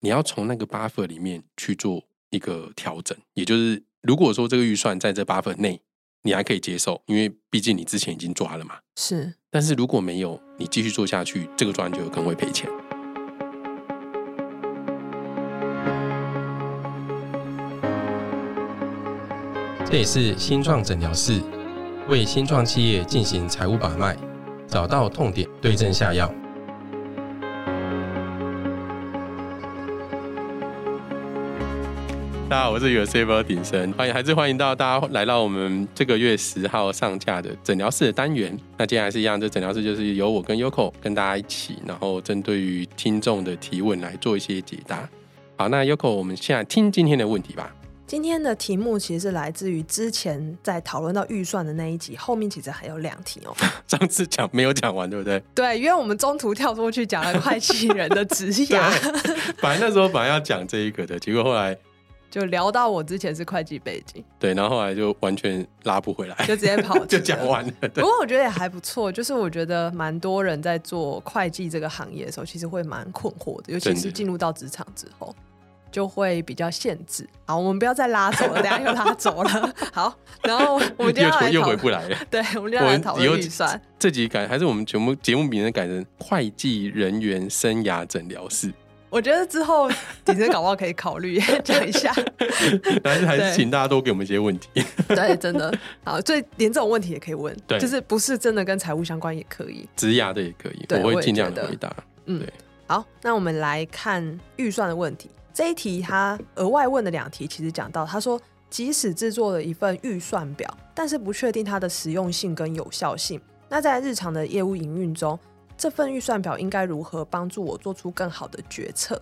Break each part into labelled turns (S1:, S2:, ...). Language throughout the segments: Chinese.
S1: 你要从那个 buffer 里面去做一个调整，也就是如果说这个预算在这 buffer 内，你还可以接受，因为毕竟你之前已经抓了嘛。
S2: 是
S1: 但是如果没有，你继续做下去，这个专案就有可能会赔钱。这也是新创诊疗室为新创企业进行财务把脉，找到痛点，对症下药。大家好，我是 Yourself 鼎生，欢迎还是欢迎到大家来到我们这个月十号上架的诊疗室的单元。那接下来是一样，这诊疗室就是由我跟 Yoko 跟大家一起，然后针对于听众的提问来做一些解答。好，那 Yoko，我们现在听今天的问题吧。
S2: 今天的题目其实是来自于之前在讨论到预算的那一集，后面其实还有两题哦。
S1: 上次讲没有讲完，对不 对？
S2: 对，因为我们中途跳出去讲了会计人的职 涯，
S1: 对，本来那时候本来要讲这一个的，结果后来
S2: 就聊到我之前是会计背景，
S1: 对，然后后来就完全拉不回来，
S2: 就直接 跑题
S1: 就讲
S2: 了
S1: 完了。对
S2: 不过我觉得也还不错，就是我觉得蛮多人在做会计这个行业的时候，其实会蛮困惑的，尤其
S1: 真的
S2: 是进入到职场之后，就会比较限制。好，我们不要再拉走了，等一下又拉走了。 好，然后我们今天
S1: 又
S2: 要来
S1: 回又
S2: 讨
S1: 回
S2: 论，
S1: 不来了。
S2: 对，我们今天要
S1: 我
S2: 来
S1: 们
S2: 讨
S1: 以后
S2: 论预算。
S1: 这集改还是我们节目节目名称改成会计人员生涯诊疗 室，
S2: 我觉得之后鼎真搞不好可以考虑 讲一下。
S1: 但是还
S2: 对
S1: 是请大家多给我们一些问题。
S2: 对，真的好，所以连这种问题也可以问，
S1: 对
S2: 就是不是真的跟财务相关也可以。
S1: 职涯的也可以，
S2: 对
S1: 我
S2: 我
S1: 会
S2: 也
S1: 尽量
S2: 觉
S1: 的
S2: 得
S1: 回答。
S2: 好，那我们来看预算的问题。这一题他额外问的两题，其实讲到他说，即使制作了一份预算表，但是不确定它的实用性跟有效性。那在日常的业务营运中，这份预算表应该如何帮助我做出更好的决策？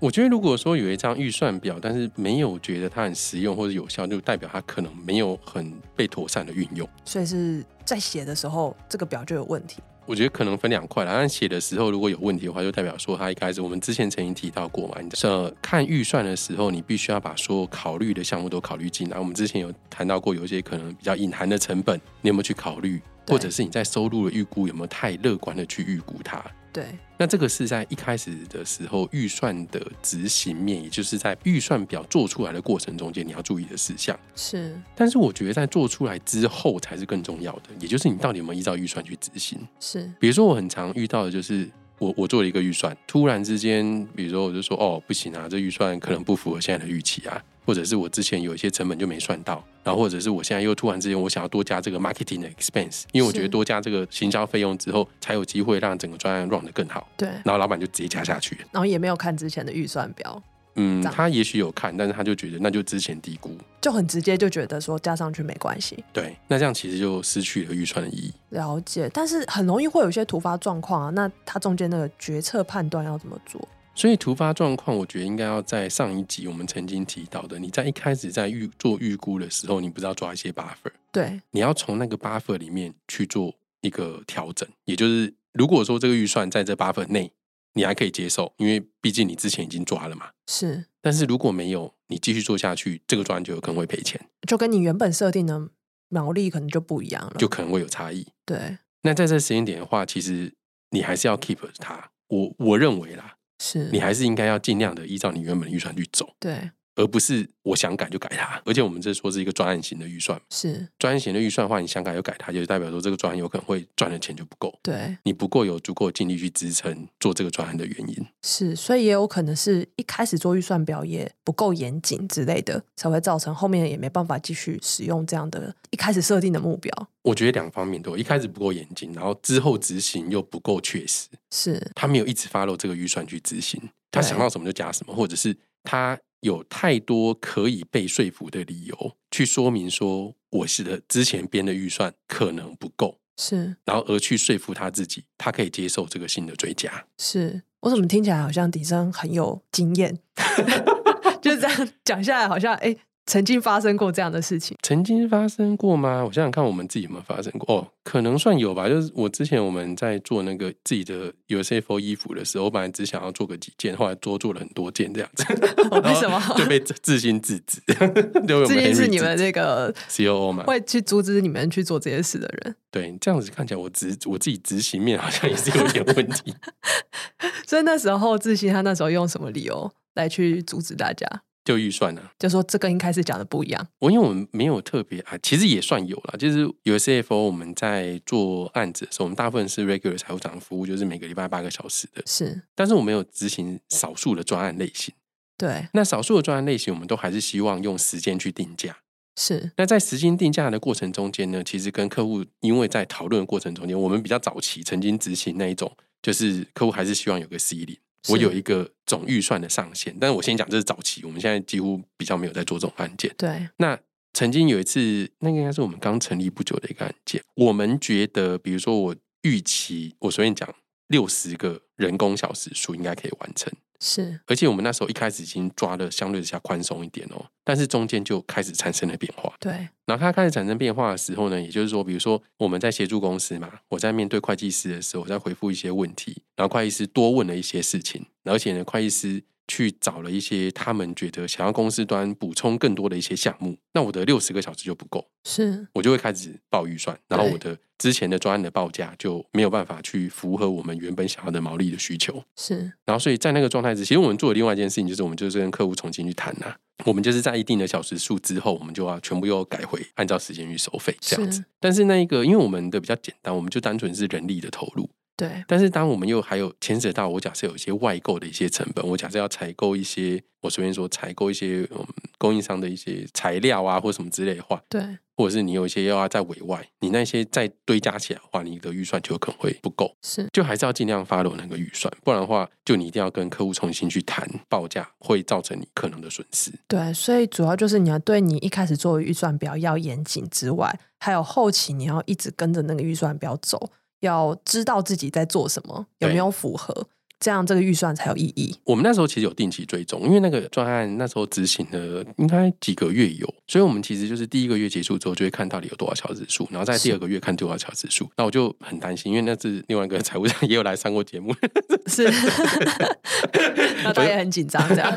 S1: 我觉得如果说有一张预算表，但是没有觉得它很实用或者有效，就代表它可能没有很被妥善的运用。
S2: 所以是在写的时候，这个表就有问题。
S1: 我觉得可能分两块啦，但写的时候如果有问题的话，就代表说它一开始我们之前曾经提到过嘛，你呃看预算的时候，你必须要把所有考虑的项目都考虑进来。我们之前有谈到过，有一些可能比较隐含的成本，你有没有去考虑，
S2: 对
S1: 或者是你在收入的预估有没有太乐观的去预估它？
S2: 对，
S1: 那这个是在一开始的时候，预算的执行面，也就是在预算表做出来的过程中间，你要注意的事项。
S2: 是
S1: 但是我觉得在做出来之后才是更重要的，也就是你到底有没有依照预算去执行。
S2: 是，
S1: 比如说我很常遇到的就是我我做了一个预算，突然之间，比如说我就说哦不行啊，这预算可能不符合现在的预期啊，或者是我之前有一些成本就没算到，然后或者是我现在又突然之间我想要多加这个 marketing 的 expense，因为我觉
S2: 是
S1: 得多加这个行销费用之后，才有机会让整个专案 run 得更好，
S2: 对，然
S1: 然后老板就直接加下去了。
S2: 后也没有看之前的预算表，
S1: 嗯，
S2: 这样
S1: 他也许有看，但是他就觉得那就之前低估，
S2: 就很直接就觉得说加上去没关系。
S1: 对，那这样其实就失去了预算的意义。
S2: 了解，但是很容易会有一些突发状况啊。那他中间那个决策判断要怎么做？
S1: 所以突发状况，我觉得应该要在上一集我们曾经提到的，你在一开始在预做预估的时候，你不是要抓一些 buffer，
S2: 对，
S1: 你要从那个 buffer 里面去做一个调整，也就是如果说这个预算在这 buffer 内，你还可以接受，因为毕竟你之前已经抓了嘛。
S2: 是
S1: 但是如果没有，你继续做下去，这个专案就有可能会赔钱，
S2: 就跟你原本设定的毛利可能就不一样了。
S1: 就可能会有差异。
S2: 对，
S1: 那在这时间点的话，其实你还是要 keep 它。我我认为啦，
S2: 是
S1: 你还是应该要尽量的依照你原本的预算去走。
S2: 对，
S1: 而不是我想改就改它。而且我们这说是一个专案型的预算，
S2: 是
S1: 专案型的预算的话，你想改就改它，就是代表说这个专案有可能会赚的钱就不够，
S2: 对，
S1: 你不够有足够的精力去支撑做这个专案的原因。
S2: 是，所以也有可能是一开始做预算表也不够严谨之类的，才会造成后面也没办法继续使用这样的一开始设定的目标。
S1: 我觉得两方面都有，一开始不够严谨，然后之后执行又不够确实，
S2: 是
S1: 他没有一直 follow 这个预算去执行，他
S2: 对
S1: 想到什么就加什么，或者是他有太多可以被说服的理由去说明说我是的之前编的预算可能不够，
S2: 是
S1: 然后而去说服他自己，他可以接受这个新的追加。
S2: 是，我怎么 听起来好像迪生很有经验？就是这样讲下来，好像哎、诶曾经发生过这样的 事情？
S1: 曾经发生过吗？我想想看，我们自己有没有发生过？哦，可能算有吧。就是我之前我们在做那个自己的 USFO 衣服的时候，我本来只想要做个几件，后来多做了很多件这样子。
S2: 哦为什么？
S1: 就被自自信自止？ 就
S2: 这件
S1: 是
S2: 是你们那个
S1: COO 嘛？
S2: 会去阻止你们去做这些事的人，
S1: 对，这样子看起来我执我自己执行面好像也是有一点问题。
S2: 所以那时候志兴他那时候用什么理由来去阻止大家？
S1: 就预算啊，
S2: 就说这跟一开始讲的不一样，
S1: 我因为我们没有特别啊，其实也算有啦。就是有 CFO 我们在做案子的时候，我们大部分是 regular 财务长服务，就是每个礼拜八个小时的。
S2: 是
S1: 但是我们有执行少数的专案类型，
S2: 对，
S1: 那少数的专案类型，我们都还是希望用时间去定价。
S2: 是
S1: 那在时间定价的过程中间呢，其实跟客户因为在讨论的过程中间，我们比较早期曾经执行那一种，就是客户还是希望有个 C 零，
S2: 是
S1: 我有一个总预算的上限。但是我先讲这是早期，我们现在几乎比较没有在做这种案件。
S2: 对，
S1: 那曾经有一次，那个应该是我们刚成立不久的一个案件，我们觉得，比如说我预期，我随便讲六十个人工小时数应该可以完成。
S2: 是
S1: 而且我们那时候一开始已经抓的相对之下宽松一点哦，但是中间就开始产生了变化。
S2: 对，
S1: 然后它开始产生变化的时候呢，也就是说，比如说我们在协助公司嘛，我在面对会计师的时候，我在回复一些问题，然后会计师多问了一些事情，而且呢，会计师去找了一些他们觉得想要公司端补充更多的一些项目，那我的六十个小时就不够，
S2: 是
S1: 我就会开始报预算，然后
S2: 对
S1: 我的之前的专案的报价就没有办法去符合我们原本想要的毛利的需求。
S2: 是
S1: 然后所以在那个状态之，其实我们做的另外一件事情就是，我们就是跟客户重新去谈呐、我们就是在一定的小时数之后，我们就要全部又改回按照时间去收费这样子
S2: 是。
S1: 但是那一个，因为我们的比较简单，我们就单纯是人力的投入。
S2: 对，
S1: 但是当我们又还有牵涉到，我假设有一些外购的一些成本，我假设要采购一些，我随便说采购一些嗯供应商的一些材料啊或什么之类的话，
S2: 对，
S1: 或者是你有一些又要在委外，你那些再堆加起来的话，你的预算就可能会不够。
S2: 是
S1: 就还是要尽量 follow 那个预算，不然的话，就你一定要跟客户重新去谈报价，会造成你可能的损失。
S2: 对，所以主要就是你要对你一开始做的预算表要严谨之外，还有后期你要一直跟着那个预算表走，要知道自己在做什么，有没
S1: 对
S2: 有符合，这样这个预算才有意 义。
S1: 我们那时候其实有定期追踪，因为那个专案那时候执行了应该几个月有，所以我们其实就是第一个月结束之后就会看到底有多少小时数，然后在第二个月看多少小时数。那我就很担心，因为那是另外一个财务长也有来上过节目，
S2: 是，那他也很紧张，这样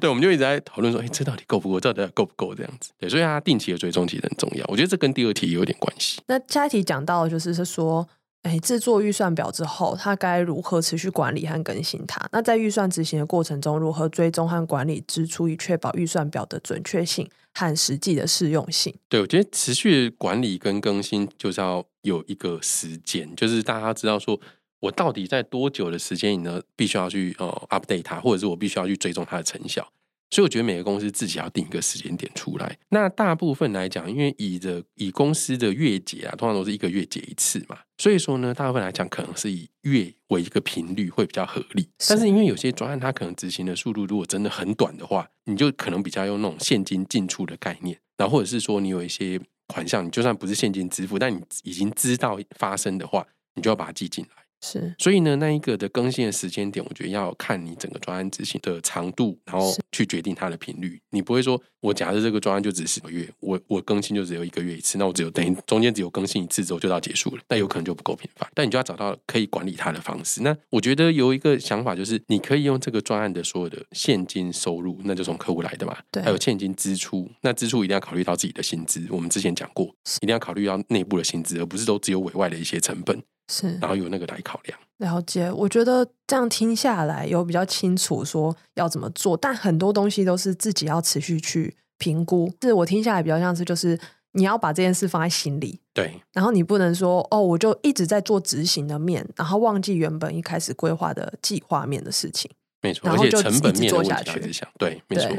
S1: 对，我们就一直在讨论说，哎，这到底够不够？这到底够不够？这样子，对，所以他定期的追踪其实很重要，我觉得这跟第二题也有点关系。
S2: 那下一题讲到的就是是说，哎，制作预算表之后，它该如何持续管理和更新它？那在预算执行的过程中，如何追踪和管理支出，以确保预算表的准确性和实际的适用性？
S1: 对，我觉得持续管理跟更新就是要有一个时间，就是大家知道说我到底在多久的时间里呢，必须要去呃 update 它，或者是我必须要去追踪它的成效。所以我觉得每个公司自己要定一个时间点出来。那大部分来讲，因为以的以公司的月结啊，通常都是一个月结一次嘛，所以说呢，大部分来讲可能是以月为一个频率会比较合理。
S2: 是
S1: 但是因为有些专案它可能执行的速度如果真的很短的话，你就可能比较用那种现金进出的概念，然后或者是说你有一些款项，你就算不是现金支付，但你已经知道发生的话，你就要把它记进来。
S2: 是
S1: 所以呢，那一个的更新的时间点，我觉得要看你整个专案执行的长度，然后
S2: 是
S1: 去决定它的频率。你不会说我假设这个专案就只十个月，我我更新就只有一个月一次，那我只有等于中间只有更新一次之后就到结束了，那有可能就不够频繁。但你就要找到可以管理它的方式。那我觉得有一个想法就是，你可以用这个专案的所有的现金收入，那就从客户来的嘛，
S2: 对
S1: 还有现金支出，那支出一定要考虑到自己的薪资，我们之前讲过，一定要考虑到内部的薪资，而不是都只有委外的一些成本，
S2: 嗯是
S1: 然后由那个来考量。
S2: 了解，我觉得这样听下来有比较清楚说要怎么做，但很多东西都是自己要持续去评估。是我听下来比较像是就是你要把这件事放在心里，
S1: 对，
S2: 然后你不能说哦，我就一直在做执行的面，然后忘记原本一开始规划的计划面的事情。
S1: 没错，
S2: 然
S1: 而
S2: 后
S1: 且
S2: 就
S1: 成本
S2: 一直
S1: 面的
S2: 做
S1: 问题
S2: 下
S1: 要
S2: 去
S1: 一直想，对，没
S2: 对
S1: 错，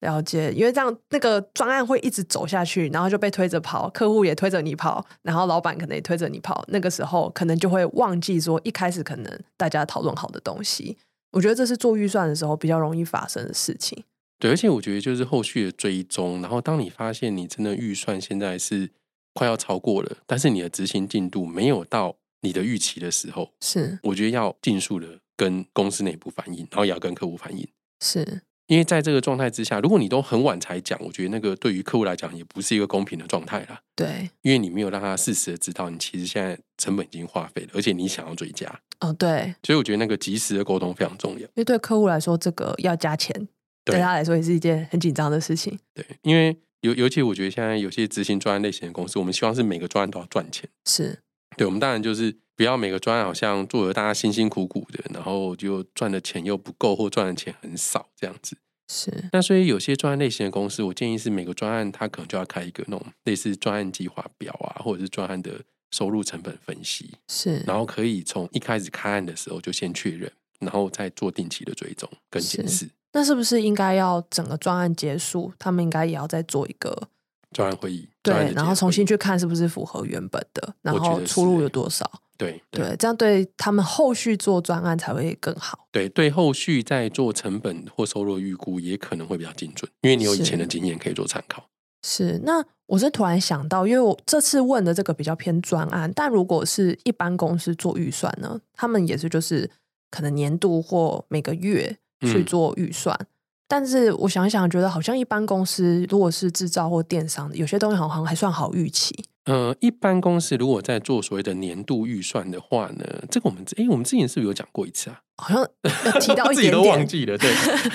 S2: 了解，因为这样那个专案会一直走下去，然后就被推着跑，客户也推着你跑，然后老板可能也推着你跑。那个时候可能就会忘记说一开始可能大家讨论好的东西。我觉得这是做预算的时候比较容易发生的事情。
S1: 对。而且我觉得就是后续的追踪，然后当你发现你真的预算现在是快要超过了，但是你的执行进度没有到你的预期的时候，
S2: 是
S1: 我觉得要尽速的跟公司内部反映，然后也要跟客户反映。
S2: 是，
S1: 因为在这个状态之下，如果你都很晚才讲，我觉得那个对于客户来讲也不是一个公平的状态啦。
S2: 对，
S1: 因为你没有让他适时的知道，你其实现在成本已经花费了，而且你想要追加，
S2: 哦对，
S1: 所以我觉得那个及时的沟通非常重要。
S2: 因为对客户来说，这个要加钱，
S1: 对
S2: 对他来说也是一件很紧张的事情。
S1: 对，因为尤尤其我觉得现在有些执行专案类型的公司，我们希望是每个专案都要赚钱。
S2: 是，
S1: 对，我们当然就是不要每个专案好像做的大家辛辛苦苦的，然后就赚的钱又不够或赚的钱很少这样子。
S2: 是，
S1: 那所以有些专案类型的公司，我建议是每个专案它可能就要开一个那种类似专案计划表啊，或者是专案的收入成本分析，
S2: 是，
S1: 然后可以从一开始开案的时候就先确认，然后再做定期的追踪跟检
S2: 是
S1: 视。
S2: 那是不是应该要整个专案结束，他们应该也要再做一个
S1: 专案会议，专案
S2: 对
S1: 的，
S2: 然
S1: 结
S2: 后
S1: 合
S2: 重
S1: 会议
S2: 新去看是不是符合原本的，然
S1: 我觉
S2: 后
S1: 得
S2: 出
S1: 是
S2: 入
S1: 欸
S2: 有多少？
S1: 对对
S2: 对，这样对他们后续做专案才会更好。
S1: 对对，后续在做成本或收入预估也可能会比较精准，因为你有以前的经验可以做参考。
S2: 是，那我是突然想到，因为我这次问的这个比较偏专案，但如果是一般公司做预算呢，他们也是就是可能年度或每个月去
S1: 嗯
S2: 做预算。但是我想一想，觉得好像一般公司如果是制造或电商的，有些东西好像还算好预期。
S1: 呃，一般公司如果在做所谓的年度预算的话呢，这个我们哎，我们之前是不是有讲过一次啊？
S2: 好像要提到一
S1: 自己
S2: 点
S1: 都忘
S2: 点，
S1: 记了。对，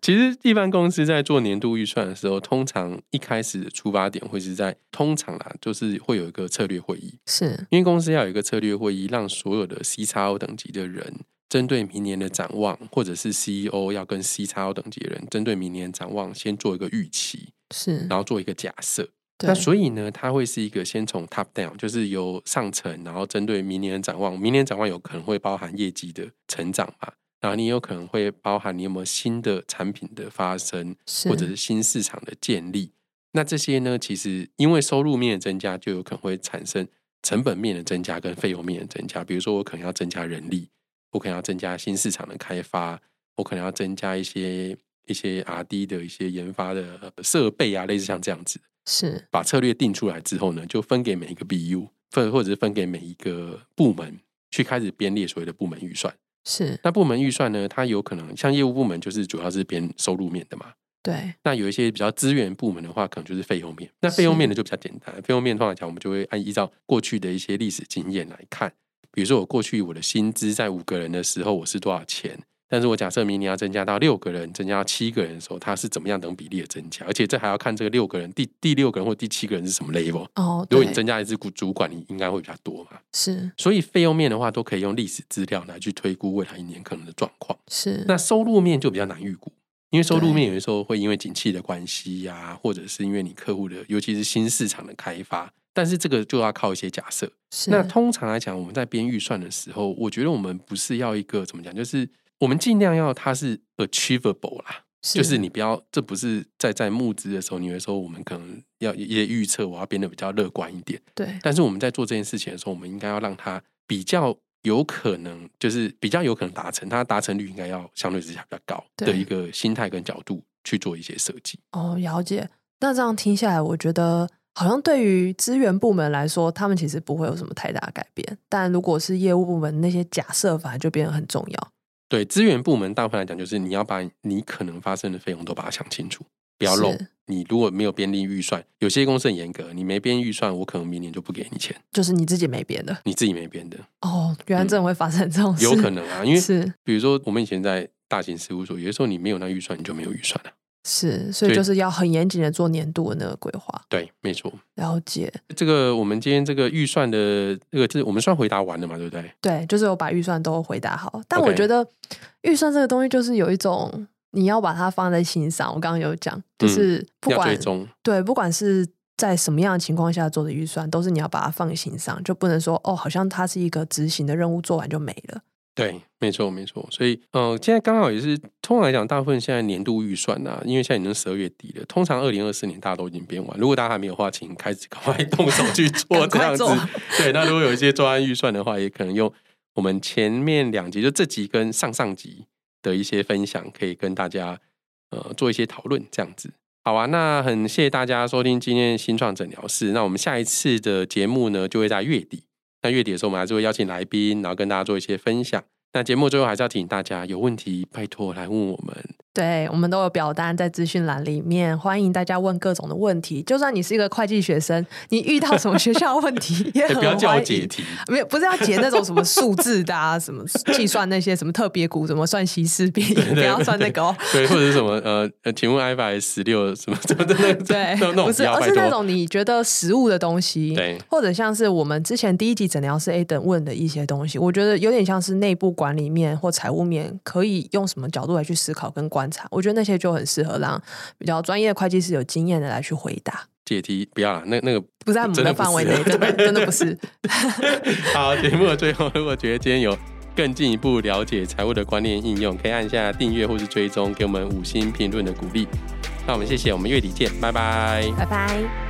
S1: 其实一般公司在做年度预算的时候，通常一开始的出发点会是在通常啦，就是会有一个策略会议，
S2: 是
S1: 因为公司要有一个策略会议，让所有的 C 叉 O 等级的人。针对明年的展望，或者是 CEO 要跟 C 叉 O 等级的人，针对明年展望先做一个预期，
S2: 是，
S1: 然后做一个假设。
S2: 嗯对
S1: 那所以呢，它会是一个先从 top down，就是由上层，然后针对明年的展望，明年展望有可能会包含业绩的成长嘛，然后你有可能会包含你有没有新的产品的发生，
S2: 是
S1: 或者是新市场的建立。那这些呢，其实因为收入面的增加，就有可能会产生成本面的增加跟费用面的增加。比如说，我可能要增加人力，我可能要增加新市场的开发，我可能要增加一些一些 R D 的一些研发的呃设备啊，类似像这样子。
S2: 是
S1: 把策略定出来之后呢，就分给每一个 BU，分或者是分给每一个部门去开始编列所谓的部门预算。
S2: 是，
S1: 那部门预算呢，它有可能像业务部门就是主要是编收入面的嘛。
S2: 对
S1: 那有一些比较资源部门的话，可能就是费用面。那费用面的就比较简单，费用面通常讲，我们就会按依照过去的一些历史经验来看，比如说我过去我的薪资在五个人的时候我是多少钱，但是我假设明年要增加到六个人，增加到七个人的时候，它是怎么样等比例的增加，而且这还要看这个六个人第第六个人或第七个人是什么 level。
S2: 哦，
S1: 如果你
S2: 对
S1: 增加一支股主管，你应该会比较多嘛。
S2: 是
S1: 所以费用面的话，都可以用历史资料来去推估未来一年可能的状况。
S2: 是
S1: 那收入面就比较难预估，因为收入
S2: 对
S1: 面有的时候会因为景气的关系呀、或者是因为你客户的，尤其是新市场的开发，但是这个就要靠一些假设。
S2: 是
S1: 那通常来讲，我们在编预算的时候，我觉得我们不是要一个怎么讲，就是我们尽量要它是 achievable 啦，就是你不要，这不是在在募资的时候，你会说我们可能要一些预测，我要变得比较乐观一点。
S2: 对
S1: 但是我们在做这件事情的时候，我们应该要让它比较有可能，就是比较有可能达成，它达成率应该要相对之下比较高
S2: 对
S1: 的一个心态跟角度去做一些设计。
S2: 哦，了解。那这样听下来，我觉得好像对于资源部门来说，他们其实不会有什么太大的改变。但如果是业务部门，那些假设反而就变得很重要。
S1: 对资源部门，大部分来讲就是你要把你可能发生的费用都把它想清楚，不要漏
S2: 是。
S1: 你如果没有编定预算，有些公司很严格，你没编预算，我可能明年就不给你钱，
S2: 就是你自己没变的
S1: 你自己没编的，
S2: 哦，原来真的会发生这种事，
S1: 嗯有可能啊。因为
S2: 是
S1: 比如说我们以前在大型事务所，有的时候你没有那预算，你就没有预算啊了、
S2: 是，所以
S1: 对
S2: 就是要很严谨的做年度的那个规划。
S1: 对，没错。
S2: 了解，
S1: 这个我们今天这个预算的这个，就是我们算回答完了嘛，对不对？
S2: 对，就是有把预算都回答好。但我
S1: OK
S2: 觉得预算这个东西，就是有一种你要把它放在心上。我刚刚有讲，就是不
S1: 嗯要
S2: 管、
S1: 追踪，
S2: 对，不管是在什么样的情况下做的预算，都是你要把它放心上，就不能说哦，好像它是一个执行的任务，做完就没了。
S1: 对，没错，没错。所以，呃，现在刚好也是，通常来讲，大部分现在年度预算啊，因为现在已经十二月底了，通常二零二四年大家都已经编完。如果大家还没有的话，请开始赶快 动手去做这
S2: 赶快
S1: 样子
S2: 做。
S1: 对，那如果有一些专案预算的话，也可能用我们前面两集，就这集跟上上集的一些分享，可以跟大家呃做一些讨论，这样子。好啊，那很谢谢大家收听今天的新创诊疗室。那我们下一次的节目呢，就会在月底。那月底的时候，我们还是会邀请来宾，然后跟大家做一些分享。那节目最后还是要提醒大家，有问题拜托来问我们。
S2: 对，我们都有表单在资讯栏里面，欢迎大家问各种的问题。就算你是一个会计学生，你遇到什么学校问题 也
S1: 哎
S2: 很
S1: 不要叫我
S2: 欢
S1: 解
S2: 迎。
S1: 题，
S2: 没有，不是要解那种什么数字的啊，什么计算那些什么特别股，怎么算稀 释比，不要算那个哦。
S1: 对，或者是什么呃呃，请问 IFRS 十六什么什 么的那
S2: 对
S1: 那，那
S2: 不
S1: 种
S2: 是，
S1: 要
S2: 而
S1: 拜
S2: 是那
S1: 托。
S2: 种你觉得实物的东西，
S1: 对，
S2: 或者像是我们之前第一集诊疗室 A 等问的一些东西，我觉得有点像是内部管理面或财务面，可以用什么角度来去思考跟观察，我觉得那些就很适合让比较专业的会计师有经验的来去回答，
S1: 解题不要啦，那那个
S2: 不在我们
S1: 真的
S2: 的
S1: 不
S2: 范围
S1: 是
S2: 内，真的真的不是。
S1: 好，节目的最后，如果觉得今天有更进一步了解财务的观念应用，可以按下订阅或是 追踪，给我们五星评论的鼓励。那我们谢谢，我们月底见，拜拜。
S2: 拜拜。